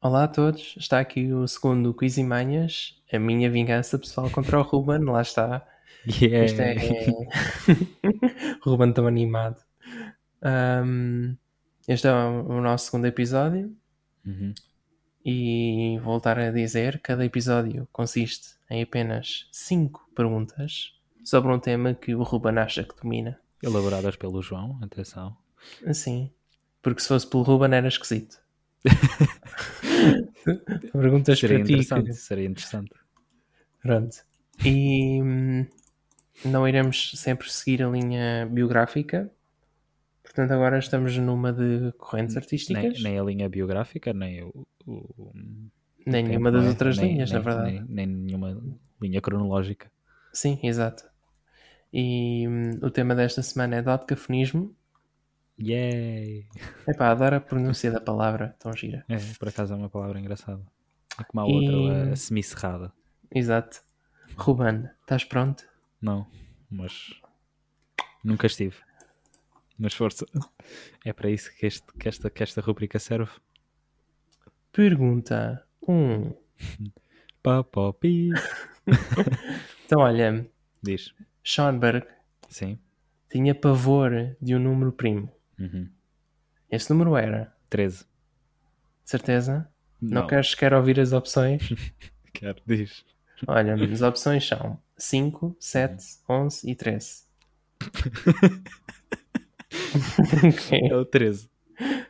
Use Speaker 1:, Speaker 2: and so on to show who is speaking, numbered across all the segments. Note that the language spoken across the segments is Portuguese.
Speaker 1: Olá a todos, está aqui o segundo Quiz e Manhas, a minha vingança pessoal contra o Ruben, lá está.
Speaker 2: Yeah.
Speaker 1: Isto é. Ruben tão animado. Ahm, este é o nosso segundo episódio
Speaker 2: Uhum.
Speaker 1: e voltar a dizer: cada episódio consiste em apenas 5 perguntas sobre um tema que o Ruben acha que domina.
Speaker 2: Elaboradas pelo João, atenção.
Speaker 1: Assim, porque se fosse pelo Ruben era esquisito. Perguntas
Speaker 2: Seria
Speaker 1: para ti. que-
Speaker 2: interessante, seria interessante.
Speaker 1: Pronto. E hum, não iremos sempre seguir a linha biográfica. Portanto, agora estamos numa de correntes
Speaker 2: Nem,
Speaker 1: artísticas.
Speaker 2: nem a linha biográfica, nem o. o-
Speaker 1: Nem
Speaker 2: tempo,
Speaker 1: nenhuma das
Speaker 2: é?
Speaker 1: outras
Speaker 2: Nem-
Speaker 1: linhas,
Speaker 2: nem-
Speaker 1: na verdade.
Speaker 2: Nem, nem nenhuma linha cronológica.
Speaker 1: Sim, exato. E hum, o tema desta semana é dodecafonismo.
Speaker 2: Yay!
Speaker 1: Epá, adoro a pronúncia da palavra, tão gira.
Speaker 2: É, por acaso é uma palavra engraçada. É como a
Speaker 1: E-
Speaker 2: outra, a semicerrada.
Speaker 1: Exato. Ruben, estás pronto?
Speaker 2: Não, mas. Nunca estive. Mas força. É para isso que, este, que, esta, que esta rubrica serve.
Speaker 1: Pergunta 1.
Speaker 2: Pá, pó, pi.
Speaker 1: Então, olha,
Speaker 2: Diz.
Speaker 1: Schoenberg
Speaker 2: Sim.
Speaker 1: tinha pavor de um número primo.
Speaker 2: Uhum.
Speaker 1: Esse número era,
Speaker 2: 13.
Speaker 1: de certeza? Não, queres sequer ouvir as opções?
Speaker 2: Quero, diz.
Speaker 1: Olha, as opções são 5, 7,
Speaker 2: Uhum.
Speaker 1: 11 e 13.
Speaker 2: É
Speaker 1: ok,
Speaker 2: o 13.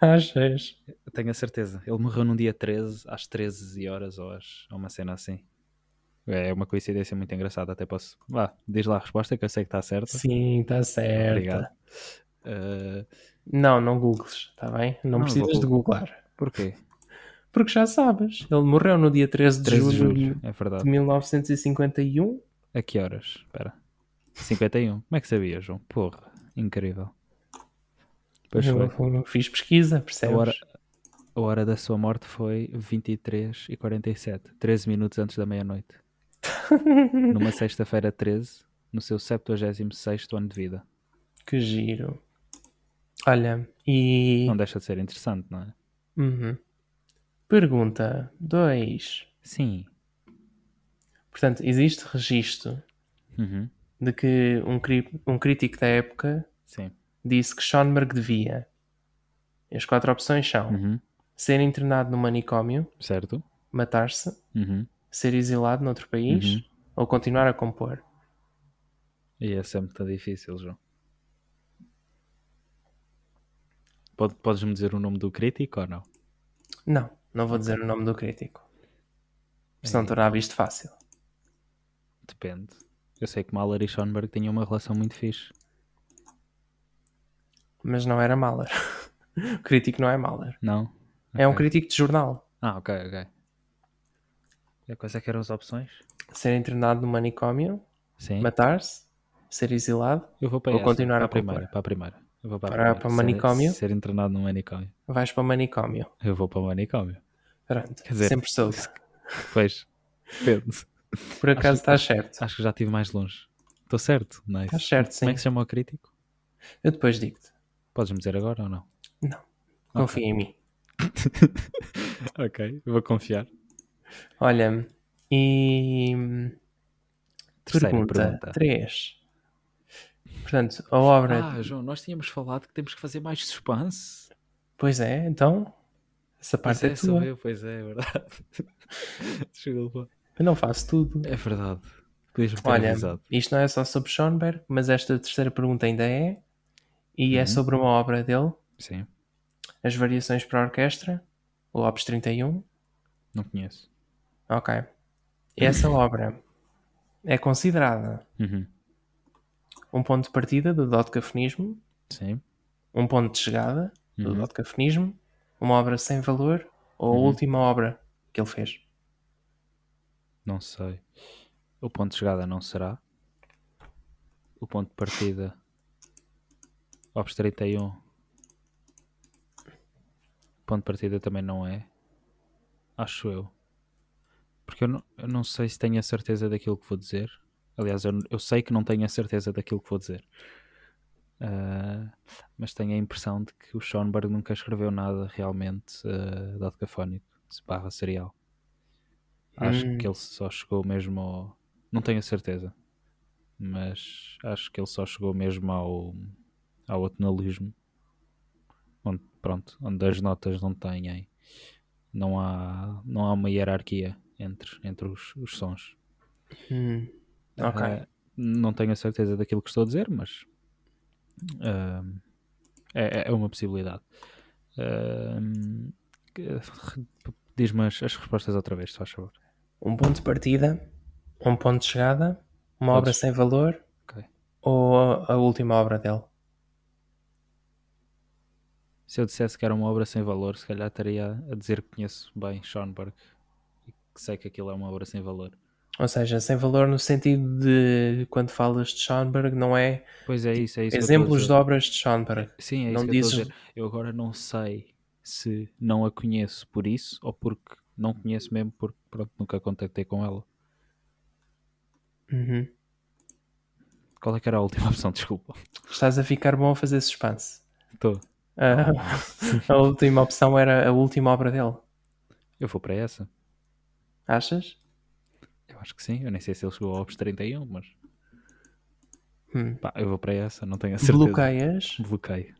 Speaker 1: achas?
Speaker 2: Eu tenho a certeza. Ele morreu num dia 13, às 13 horas ou às a uma cena assim. É uma coincidência muito engraçada. Até posso. Vá, diz lá a resposta que eu sei que está certa.
Speaker 1: Sim, está certo.
Speaker 2: Obrigado. Ah,
Speaker 1: Não, não googles, está bem? Não,
Speaker 2: Não,
Speaker 1: precisas
Speaker 2: vou-
Speaker 1: de googlar.
Speaker 2: porquê?
Speaker 1: Porque já sabes, ele morreu no dia 13 de
Speaker 2: 13 de
Speaker 1: julho
Speaker 2: julho. É
Speaker 1: de
Speaker 2: verdade.
Speaker 1: 1951.
Speaker 2: A que horas? Espera. 51. Como é que sabia, João? Porra. Incrível. Pois
Speaker 1: eu,
Speaker 2: foi.
Speaker 1: eu fiz pesquisa, percebes?
Speaker 2: A hora, a hora da sua morte foi 23 e 47, 13 minutos antes da meia-noite. Numa sexta-feira 13, no seu 76º ano de vida.
Speaker 1: Que giro. Olha, e.
Speaker 2: Não deixa de ser interessante, não é?
Speaker 1: Uhum. Pergunta 2.
Speaker 2: Sim.
Speaker 1: Portanto, existe registro
Speaker 2: Uhum.
Speaker 1: de que um, cri- um crítico da época
Speaker 2: Sim.
Speaker 1: disse que Schoenberg devia. As quatro opções são
Speaker 2: Uhum.
Speaker 1: ser internado no manicômio,
Speaker 2: Certo?
Speaker 1: matar-se,
Speaker 2: Uhum.
Speaker 1: ser exilado noutro país
Speaker 2: Uhum.
Speaker 1: ou continuar a compor.
Speaker 2: E essa é muito difícil, João. Pode- Podes-me dizer o nome do crítico ou não?
Speaker 1: Não, não vou dizer o nome do crítico.
Speaker 2: É
Speaker 1: Senão tornava isto fácil.
Speaker 2: Depende. Eu sei que Mahler e Schoenberg tinham uma relação muito fixe.
Speaker 1: Mas não era Mahler. o crítico não é Mahler.
Speaker 2: Não?
Speaker 1: É um
Speaker 2: Ok.
Speaker 1: crítico de jornal.
Speaker 2: Ah, ok, ok. E a coisa é que eram as opções?
Speaker 1: Ser internado no manicômio,
Speaker 2: Sim.
Speaker 1: matar-se, ser exilado.
Speaker 2: eu vou para
Speaker 1: vou
Speaker 2: essa,
Speaker 1: continuar
Speaker 2: para
Speaker 1: a
Speaker 2: a primeira,
Speaker 1: comprar.
Speaker 2: para a primeira. Eu vou para,
Speaker 1: Para-
Speaker 2: a primeira.
Speaker 1: para o
Speaker 2: Ser-
Speaker 1: manicômio?
Speaker 2: Ser, internado no manicômio.
Speaker 1: Vais para o manicômio.
Speaker 2: Eu vou para o manicômio.
Speaker 1: Pronto,
Speaker 2: Quer dizer,
Speaker 1: sempre soube.
Speaker 2: Pois. Depende.
Speaker 1: Por acaso
Speaker 2: que-
Speaker 1: estás certo.
Speaker 2: Acho que já estive mais longe. Estou certo? Nice.
Speaker 1: Estás Tá certo, sim.
Speaker 2: Como é que se chama o crítico?
Speaker 1: Eu depois digo-te.
Speaker 2: Podes-me dizer agora ou não?
Speaker 1: Não. Confia em mim.
Speaker 2: ok, vou confiar.
Speaker 1: Olha, e.
Speaker 2: Terceira
Speaker 1: pergunta
Speaker 2: pergunta.
Speaker 1: 3. Portanto, a obra.
Speaker 2: Ah, João, nós tínhamos falado que temos que fazer mais suspense.
Speaker 1: Pois é, então. Essa parte
Speaker 2: Pois é,
Speaker 1: é
Speaker 2: sou
Speaker 1: tua.
Speaker 2: eu, pois é, é verdade. Desculpa.
Speaker 1: Eu não faço tudo.
Speaker 2: É verdade. Podias-me ter
Speaker 1: Olha,
Speaker 2: avisado.
Speaker 1: isto não é só sobre Schoenberg, mas esta terceira pergunta ainda é. E
Speaker 2: Uhum.
Speaker 1: é sobre uma obra dele:
Speaker 2: Sim,
Speaker 1: As Variações para a Orquestra, o Opus 31.
Speaker 2: não conheço.
Speaker 1: Ok. Essa obra é considerada
Speaker 2: Uhum.
Speaker 1: um ponto de partida do dodecafonismo,
Speaker 2: Sim.
Speaker 1: um ponto de chegada do
Speaker 2: Uhum.
Speaker 1: dodecafonismo, uma obra sem valor ou a última obra que ele fez.
Speaker 2: Não sei. O ponto de chegada não será. O ponto de partida. Ops 31. Ponto de partida também não é. Acho eu. Porque eu não, eu não sei se tenho a certeza daquilo que vou dizer. Aliás, eu, eu sei que não tenho a certeza daquilo que vou dizer. ah, mas tenho a impressão de que o Schoenberg nunca escreveu nada realmente ah, de autocafónico, se barra serial. Acho
Speaker 1: Hum.
Speaker 2: que ele só chegou mesmo ao... Não tenho a certeza, mas acho que ele só chegou mesmo ao, ao atonalismo. Onde, pronto, onde as notas não têm... Não há, não há uma hierarquia entre, entre os, os sons.
Speaker 1: Hum, ok.
Speaker 2: Ah, não tenho a certeza daquilo que estou a dizer, mas ah, é, é uma possibilidade. Ah, que- Diz-me as, as respostas outra vez, se faz favor.
Speaker 1: Um ponto de partida, um ponto de chegada, uma obra
Speaker 2: Podes-
Speaker 1: sem valor
Speaker 2: Ok.
Speaker 1: ou a, a última obra dele?
Speaker 2: Se eu dissesse que era uma obra sem valor, se calhar estaria a dizer que conheço bem Schoenberg e que sei que aquilo é uma obra sem valor.
Speaker 1: Ou seja, sem valor no sentido de quando falas de Schoenberg, não é
Speaker 2: Pois é, isso é isso. que eu estou a
Speaker 1: exemplos
Speaker 2: dizer.
Speaker 1: de obras de Schoenberg.
Speaker 2: Sim, é
Speaker 1: Não
Speaker 2: isso que eu estou a
Speaker 1: dizes-
Speaker 2: dizer. Eu agora não sei se não a conheço por isso ou porque não conheço mesmo porque pronto, nunca contactei com ela.
Speaker 1: Uhum.
Speaker 2: Qual é que era a última opção? Desculpa.
Speaker 1: Estás a ficar bom a fazer suspense.
Speaker 2: Estou.
Speaker 1: Ah, a última opção era a última obra dele.
Speaker 2: Eu vou para essa.
Speaker 1: Achas?
Speaker 2: Eu acho que sim. Eu nem sei se ele chegou aos 31, mas.
Speaker 1: Hum.
Speaker 2: Pá, eu vou para essa, não tenho a certeza.
Speaker 1: Bloqueias.
Speaker 2: Bloqueio.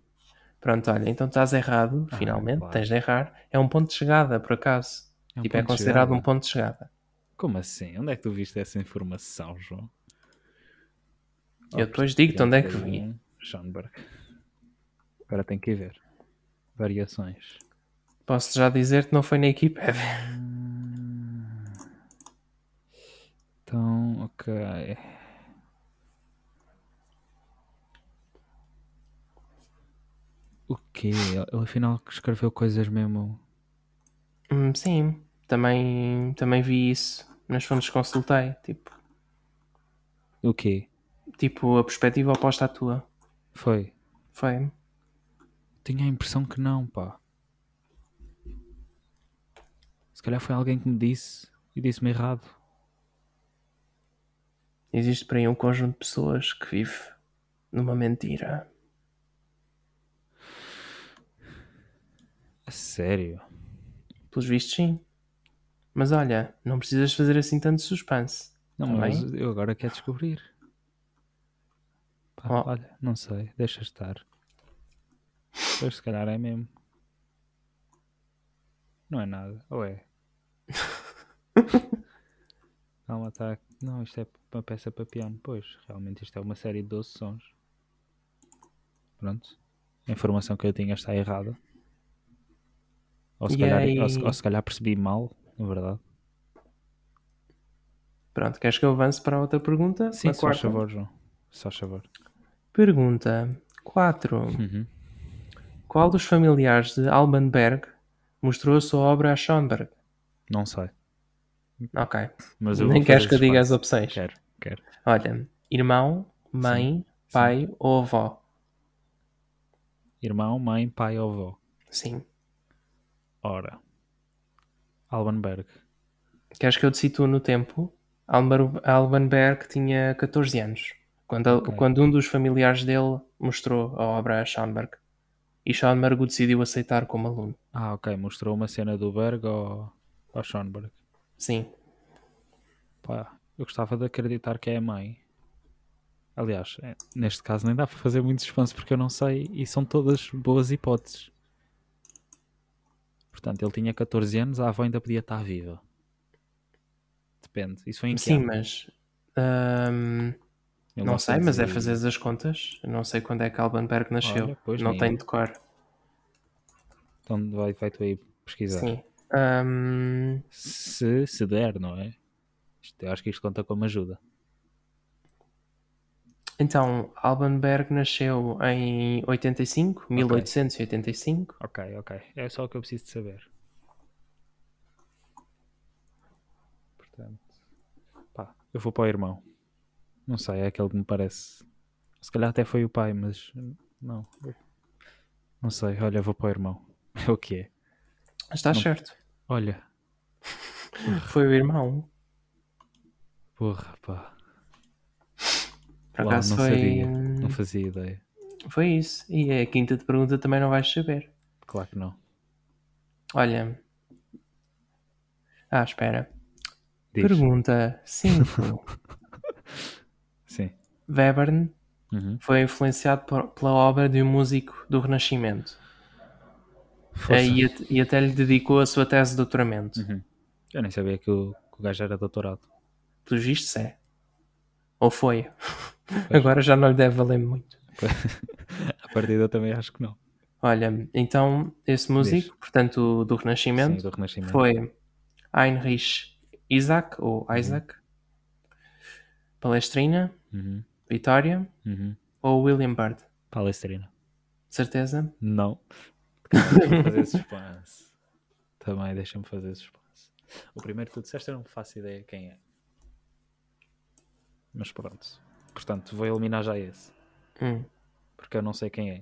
Speaker 1: Pronto, olha, então estás errado,
Speaker 2: Ah,
Speaker 1: finalmente,
Speaker 2: claro.
Speaker 1: tens de errar. É um ponto de chegada, por acaso.
Speaker 2: É um
Speaker 1: tipo, é
Speaker 2: ponto de
Speaker 1: considerado
Speaker 2: chegada.
Speaker 1: um ponto de chegada.
Speaker 2: Como assim? Onde é que tu viste essa informação, João?
Speaker 1: Eu depois digo-te onde é que vi.
Speaker 2: 31, Schoenberg. Agora tem que ir ver. Variações.
Speaker 1: Posso já dizer que não foi na Wikipedia.
Speaker 2: Então, ok. O quê? Ele afinal escreveu coisas mesmo.
Speaker 1: Hum, sim, também, também vi isso. Nas fontes que consultei. Tipo,
Speaker 2: O quê?
Speaker 1: tipo, a perspectiva oposta à tua.
Speaker 2: Foi?
Speaker 1: Foi.
Speaker 2: Tenho a impressão que não, pá. Se calhar foi alguém que me disse e disse-me errado.
Speaker 1: Existe por aí um conjunto de pessoas que vive numa mentira.
Speaker 2: A sério?
Speaker 1: Pelos vistos, sim. Mas olha, não precisas fazer assim tanto suspense.
Speaker 2: Não,
Speaker 1: Tá
Speaker 2: mas
Speaker 1: bem.
Speaker 2: eu agora quero descobrir. Pá,
Speaker 1: Oh.
Speaker 2: Olha, não sei, deixa estar. Pois se calhar é mesmo. Não é nada, ou é? Calma, tá. Não, isto é uma peça para piano. Pois, realmente isto é uma série de 12 sons. Pronto. A informação que eu tinha está errada. Ou se,
Speaker 1: E
Speaker 2: calhar,
Speaker 1: aí?
Speaker 2: ou se- ou se calhar percebi mal, na verdade.
Speaker 1: Pronto, queres que eu avance para a outra pergunta?
Speaker 2: Sim,
Speaker 1: Uma
Speaker 2: só
Speaker 1: quarta?
Speaker 2: favor, João. Só favor.
Speaker 1: Pergunta 4.
Speaker 2: Uhum.
Speaker 1: Qual dos familiares de Alban Berg mostrou a sua obra a Schoenberg?
Speaker 2: Não sei.
Speaker 1: Ok.
Speaker 2: Mas eu
Speaker 1: Nem
Speaker 2: vou
Speaker 1: queres que eu
Speaker 2: fazer
Speaker 1: diga as
Speaker 2: espaço.
Speaker 1: opções.
Speaker 2: Quero, quero.
Speaker 1: Olha, irmão, mãe, pai ou avó?
Speaker 2: Irmão, mãe, pai ou avó.
Speaker 1: Sim.
Speaker 2: Ora. Albanberg.
Speaker 1: Queres que eu te situe no tempo? Alban Alban Berg tinha 14 anos, quando,
Speaker 2: Ok.
Speaker 1: quando um dos familiares dele mostrou a obra a Schoenberg. E Schoenberg o decidiu aceitar como aluno.
Speaker 2: Ah, ok. Mostrou uma cena do Berg ao, ao Schoenberg.
Speaker 1: Sim.
Speaker 2: Pá, eu gostava de acreditar que é a mãe. Aliás, é- neste caso nem dá para fazer muito suspense porque eu não sei e são todas boas hipóteses. Portanto, ele tinha 14 anos, a avó ainda podia estar viva. Depende. Isso foi em que
Speaker 1: Sim,
Speaker 2: ano?
Speaker 1: mas. hum, não sei, mas é fazer as contas. Eu Não sei quando é que Alban Berg nasceu.
Speaker 2: Olha, pois,
Speaker 1: não
Speaker 2: nem
Speaker 1: tenho
Speaker 2: eu.
Speaker 1: de cor.
Speaker 2: Então vai, vai tu aí pesquisar.
Speaker 1: Sim. Hum,
Speaker 2: Se, se der, não é? Isto- eu acho que isto conta como ajuda.
Speaker 1: então, Alban Berg nasceu em 85, 1885.
Speaker 2: Ok, ok. É só o que eu preciso de saber. Portanto, pá, eu vou para o irmão. Não sei, é aquele que me parece. Se calhar até foi o pai, mas não. Não sei, olha, eu vou para o irmão. É o que é.
Speaker 1: Está
Speaker 2: Não.
Speaker 1: certo.
Speaker 2: Olha,
Speaker 1: Foi o irmão.
Speaker 2: porra, pá.
Speaker 1: Por
Speaker 2: Uau,
Speaker 1: acaso
Speaker 2: não
Speaker 1: foi. Hum.
Speaker 2: sabia. Não fazia ideia.
Speaker 1: Foi isso. E a quinta de pergunta também não vais saber.
Speaker 2: Claro que não.
Speaker 1: Olha. Ah, espera.
Speaker 2: Diz.
Speaker 1: Pergunta 5.
Speaker 2: Sim.
Speaker 1: Webern
Speaker 2: Uhum.
Speaker 1: foi influenciado por- pela obra de um músico do Renascimento
Speaker 2: Força.
Speaker 1: Eh, e, at- e até lhe dedicou a sua tese de doutoramento.
Speaker 2: Eu nem sabia que o, que o gajo era doutorado.
Speaker 1: Pelos vistos é. Ou foi. Agora já não lhe deve valer muito.
Speaker 2: A partir eu também acho que não.
Speaker 1: Olha, então esse músico, portanto do Renascimento,
Speaker 2: Sim, do Renascimento.
Speaker 1: foi Heinrich Isaac, ou Isaac, Uhum. Palestrina,
Speaker 2: Uhum.
Speaker 1: Vitória
Speaker 2: Uhum.
Speaker 1: ou William Byrd.
Speaker 2: Palestrina.
Speaker 1: De certeza?
Speaker 2: Não. Deixa-me fazer suspense. Também deixa-me fazer suspense. O primeiro que tu disseste eu não faço ideia quem é. Mas pronto. Portanto, vou eliminar já esse.
Speaker 1: Hum.
Speaker 2: Porque eu não sei quem é.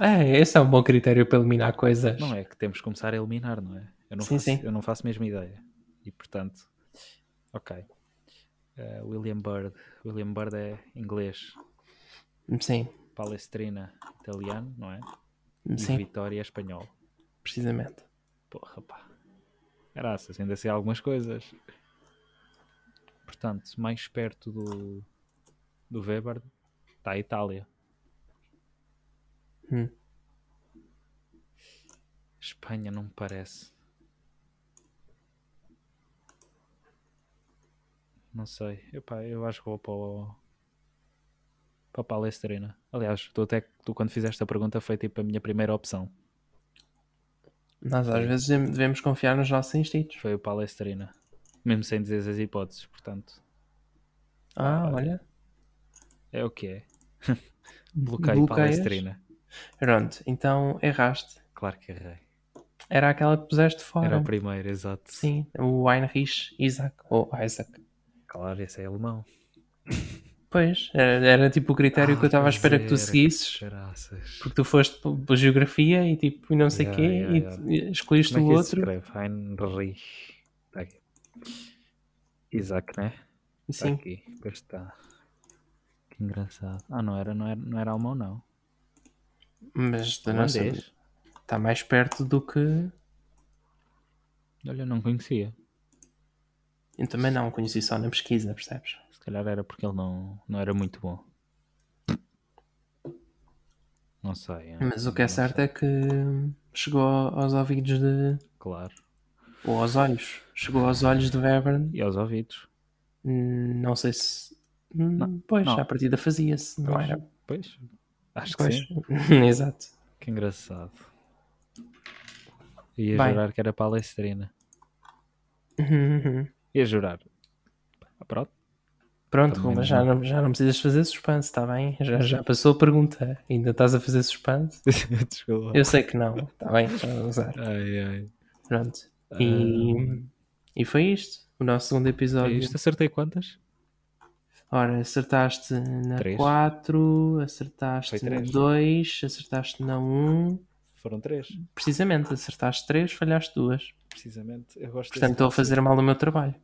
Speaker 1: É, esse é um bom critério para eliminar coisas.
Speaker 2: Não é que temos que começar a eliminar, não é? Eu não,
Speaker 1: Sim,
Speaker 2: faço,
Speaker 1: sim.
Speaker 2: Eu não faço mesmo ideia. E portanto. Ok. Eh, William Bird. William Bird é inglês.
Speaker 1: é? Sim,
Speaker 2: Palestrina, italiano, não é? E
Speaker 1: sim,
Speaker 2: Vitória, é espanhol.
Speaker 1: precisamente.
Speaker 2: Porra, pá. Graças, ainda sei algumas coisas. Portanto, mais perto do, do Weber está a Itália.
Speaker 1: Hum.
Speaker 2: Espanha não me parece. Não sei. Epá, eu acho que vou para o. Para a Palestrina. Aliás, tu, até, tu quando fizeste a pergunta foi tipo a minha primeira opção.
Speaker 1: Nós às vezes deve- devemos confiar nos nossos instintos.
Speaker 2: Foi o Palestrina. Mesmo sem dizer as hipóteses, portanto.
Speaker 1: Ah, olha.
Speaker 2: É o que é. Bloqueio
Speaker 1: Bloqueias?
Speaker 2: palestrina.
Speaker 1: Pronto, então erraste.
Speaker 2: Claro que errei.
Speaker 1: Era aquela que puseste
Speaker 2: Era
Speaker 1: fora.
Speaker 2: o primeiro, exato.
Speaker 1: Sim, o Heinrich Isaac, ou Isaac.
Speaker 2: Claro, esse é alemão.
Speaker 1: Pois, era, era tipo o critério que eu
Speaker 2: Ah,
Speaker 1: estava à espera que tu
Speaker 2: pois era,
Speaker 1: seguisses,
Speaker 2: Caraças.
Speaker 1: porque tu foste p- por geografia e tipo, e não sei o
Speaker 2: Yeah,
Speaker 1: quê,
Speaker 2: yeah,
Speaker 1: e
Speaker 2: yeah.
Speaker 1: tu- e escolheste
Speaker 2: Como é
Speaker 1: o
Speaker 2: que isso se
Speaker 1: outro.
Speaker 2: escreve? Heinrich. Tá aqui. Isaac, né? Tá
Speaker 1: Sim,
Speaker 2: aqui. Pois está. Que engraçado. Ah, não era, não era, não era alemão, não.
Speaker 1: mas da nossa
Speaker 2: Holandês.
Speaker 1: está Tá mais perto do que.
Speaker 2: Olha, eu não conhecia.
Speaker 1: Eu também não conheci só na pesquisa, percebes?
Speaker 2: Se calhar era porque ele não, não era muito bom. Não sei. eu
Speaker 1: Mas o que é
Speaker 2: Ah, não sei.
Speaker 1: certo é que chegou aos ouvidos de.
Speaker 2: Claro.
Speaker 1: ou aos olhos. Chegou aos olhos de Webern.
Speaker 2: E aos ouvidos.
Speaker 1: Hum, Não sei se. hum, pois,
Speaker 2: não.
Speaker 1: à partida fazia-se, não
Speaker 2: Pois,
Speaker 1: era?
Speaker 2: Pois. Acho que
Speaker 1: Pois.
Speaker 2: sim.
Speaker 1: Exato.
Speaker 2: Que engraçado. Ia
Speaker 1: Bem.
Speaker 2: jurar que era palestrina.
Speaker 1: Uhum, uhum.
Speaker 2: Ia jurar. Ah, Pronto.
Speaker 1: Pronto,
Speaker 2: Também
Speaker 1: Ruba, já não, já não precisas fazer suspense, está bem? Já, já passou a pergunta. Ainda estás a fazer suspense?
Speaker 2: Desculpa.
Speaker 1: Eu sei que não, está bem? Já vou usar.
Speaker 2: Ai, ai.
Speaker 1: Pronto. E, e foi isto. O nosso segundo episódio.
Speaker 2: Ah. Isto acertei quantas?
Speaker 1: Ora, acertaste na
Speaker 2: Três.
Speaker 1: 4, acertaste
Speaker 2: Foi
Speaker 1: na
Speaker 2: três.
Speaker 1: 2, acertaste na 1.
Speaker 2: Foram três,
Speaker 1: Precisamente, acertaste 3, falhaste 2.
Speaker 2: precisamente. Eu gosto
Speaker 1: Portanto, estou a fazer mal o meu trabalho.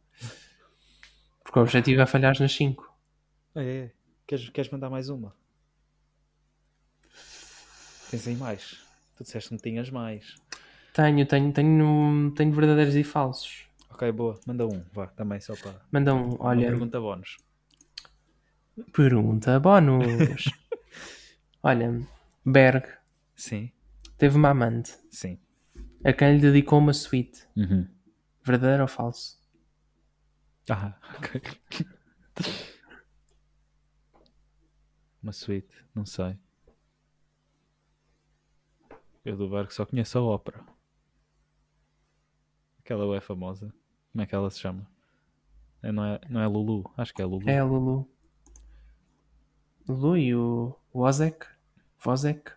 Speaker 1: Porque o objetivo é falhar nas 5.
Speaker 2: É, é. Queres, queres mandar mais uma? Tens aí mais. Tu disseste que não tinhas mais.
Speaker 1: Tenho, tenho, tenho, tenho verdadeiros e falsos.
Speaker 2: Ok, boa. Manda um. Vá, também só para.
Speaker 1: Manda um,
Speaker 2: Uma
Speaker 1: olha,
Speaker 2: pergunta bónus.
Speaker 1: pergunta bónus. olha, Berg
Speaker 2: Sim,
Speaker 1: teve uma amante
Speaker 2: sim.
Speaker 1: a quem lhe dedicou uma suíte.
Speaker 2: Uhum.
Speaker 1: Verdadeiro ou falso?
Speaker 2: Ah, ok. Uma suíte, não sei. Eu do barco só conheço a ópera. Aquela é famosa. Como é que ela se chama? É, não, é, não é Lulu? Acho que é Lulu.
Speaker 1: É a Lulu. Lulu e o Wozek? Wozek?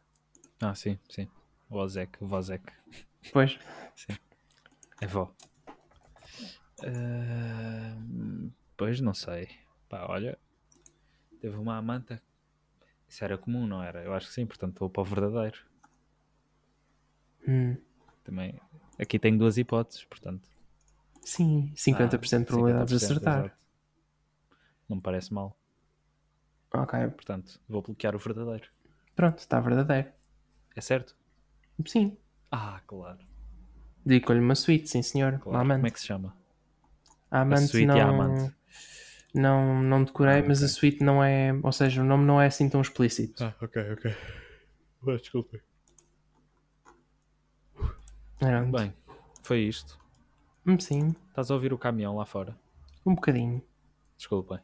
Speaker 2: Ah, sim, sim. Vozek, Vozek.
Speaker 1: Pois.
Speaker 2: É vó. Ahm, pois não sei. Pá, olha. Teve uma amanta. Isso era comum, não era? Eu acho que sim, portanto vou para o verdadeiro.
Speaker 1: Hum.
Speaker 2: Também. Aqui tenho duas hipóteses, portanto. Ah,
Speaker 1: Sim, 50% de probabilidades de
Speaker 2: 50%,
Speaker 1: acertar.
Speaker 2: exato. Não me parece mal.
Speaker 1: Ok,
Speaker 2: Portanto, vou bloquear o verdadeiro.
Speaker 1: Pronto, está verdadeiro.
Speaker 2: É certo?
Speaker 1: Sim.
Speaker 2: Ah, claro.
Speaker 1: Digo-lhe uma suíte, sim senhor.
Speaker 2: claro.
Speaker 1: Uma
Speaker 2: Como é
Speaker 1: amante.
Speaker 2: que se chama?
Speaker 1: A amante
Speaker 2: suíte e
Speaker 1: não... é-
Speaker 2: a amante.
Speaker 1: Não, não decorei,
Speaker 2: Ah,
Speaker 1: mas
Speaker 2: ok.
Speaker 1: a suíte não é. Ou seja, o nome não é assim tão explícito.
Speaker 2: Ah, ok, ok. Desculpa.
Speaker 1: Pronto.
Speaker 2: Bem, foi isto.
Speaker 1: Hum, Sim,
Speaker 2: Estás a ouvir o caminhão lá fora?
Speaker 1: um bocadinho.
Speaker 2: Desculpem.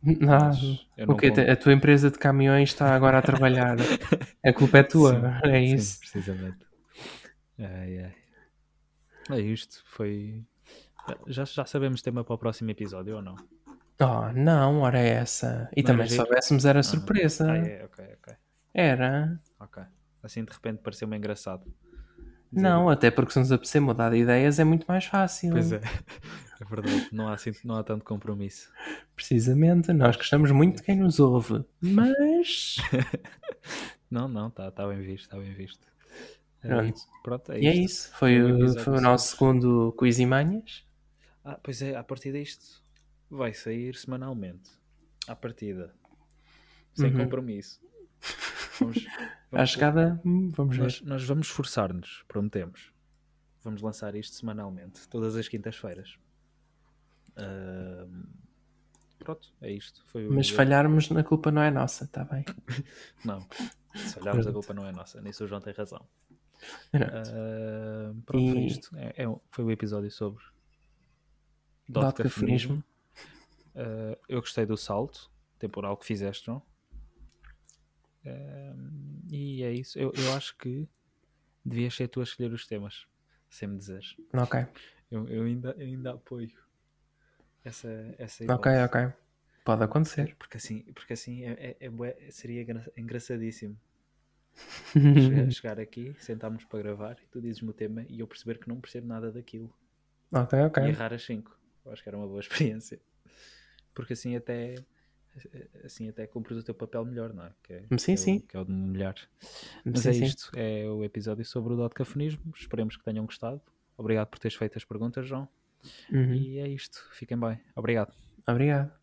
Speaker 1: Não,
Speaker 2: Mas eu não
Speaker 1: Ah, o quê? É
Speaker 2: conto.
Speaker 1: A tua empresa de caminhões está agora a trabalhar. a culpa é tua, é
Speaker 2: Sim,
Speaker 1: isso.
Speaker 2: precisamente. Ai, ai. É isto. Foi. Já, já sabemos tema para o próximo episódio ou não?
Speaker 1: Oh, não, ora é essa. E
Speaker 2: Não
Speaker 1: também
Speaker 2: era
Speaker 1: se
Speaker 2: jeito?
Speaker 1: soubéssemos era surpresa.
Speaker 2: Ah, é, ok, ok.
Speaker 1: Era.
Speaker 2: Ok. Assim de repente pareceu-me engraçado. Dizer-
Speaker 1: Não, é até porque se nos apetecer mudar de ideias é muito mais fácil.
Speaker 2: Pois é. É verdade. Não há, assim- não há tanto compromisso.
Speaker 1: Precisamente, nós gostamos muito de quem nos ouve,
Speaker 2: é.
Speaker 1: mas.
Speaker 2: Não, não, está tá bem visto, está bem visto. É,
Speaker 1: Pronto.
Speaker 2: Pronto, é
Speaker 1: E é
Speaker 2: isto.
Speaker 1: isso. Foi,
Speaker 2: Foi um
Speaker 1: o-
Speaker 2: episódio
Speaker 1: foi o
Speaker 2: só.
Speaker 1: nosso segundo Quiz e Manhas.
Speaker 2: Ah, pois é, a partir disto vai sair semanalmente. À partida. Sem
Speaker 1: Uhum.
Speaker 2: compromisso. Vamos,
Speaker 1: À
Speaker 2: vamos-
Speaker 1: chegada, hum, vamos ver.
Speaker 2: nós, nós vamos esforçar-nos, prometemos. Vamos lançar isto semanalmente, todas as quintas-feiras. Ahm, pronto, é isto. Foi o
Speaker 1: Mas se falharmos, a culpa não é nossa, está bem?
Speaker 2: Não, se falharmos, a
Speaker 1: Pronto.
Speaker 2: culpa não é nossa. Nisso o João tem razão.
Speaker 1: Pronto.
Speaker 2: Ah, pronto, foi
Speaker 1: E-
Speaker 2: isto. É, é um- foi o episódio sobre
Speaker 1: Dó de cafonismo.
Speaker 2: Ah, eu gostei do salto temporal que fizeste, João. Ah, e é isso. Eu, eu acho que devias ser tu a escolher os temas, sem me dizeres.
Speaker 1: Ok,
Speaker 2: Eu, eu ainda, eu ainda apoio essa, essa
Speaker 1: ok,
Speaker 2: hipótese.
Speaker 1: ok. Pode acontecer.
Speaker 2: Porque assim, porque assim é, é- é bué- seria engra- engraçadíssimo chegar, chegar aqui, sentarmos para gravar e tu dizes-me o tema e eu perceber que não percebo nada daquilo.
Speaker 1: ok,
Speaker 2: E
Speaker 1: ok.
Speaker 2: errar as 5. Eu acho que era uma boa experiência. Porque assim até assim até cumpres o teu papel melhor, não é? Que é que
Speaker 1: Sim,
Speaker 2: é o-
Speaker 1: sim.
Speaker 2: que é o de melhor. Mas
Speaker 1: Sim,
Speaker 2: é
Speaker 1: sim.
Speaker 2: isto, é o episódio sobre o dó de cafonismo. Esperemos que tenham gostado. Obrigado por teres feito as perguntas, João.
Speaker 1: Uhum.
Speaker 2: E é isto. Fiquem bem. Obrigado.
Speaker 1: Obrigado.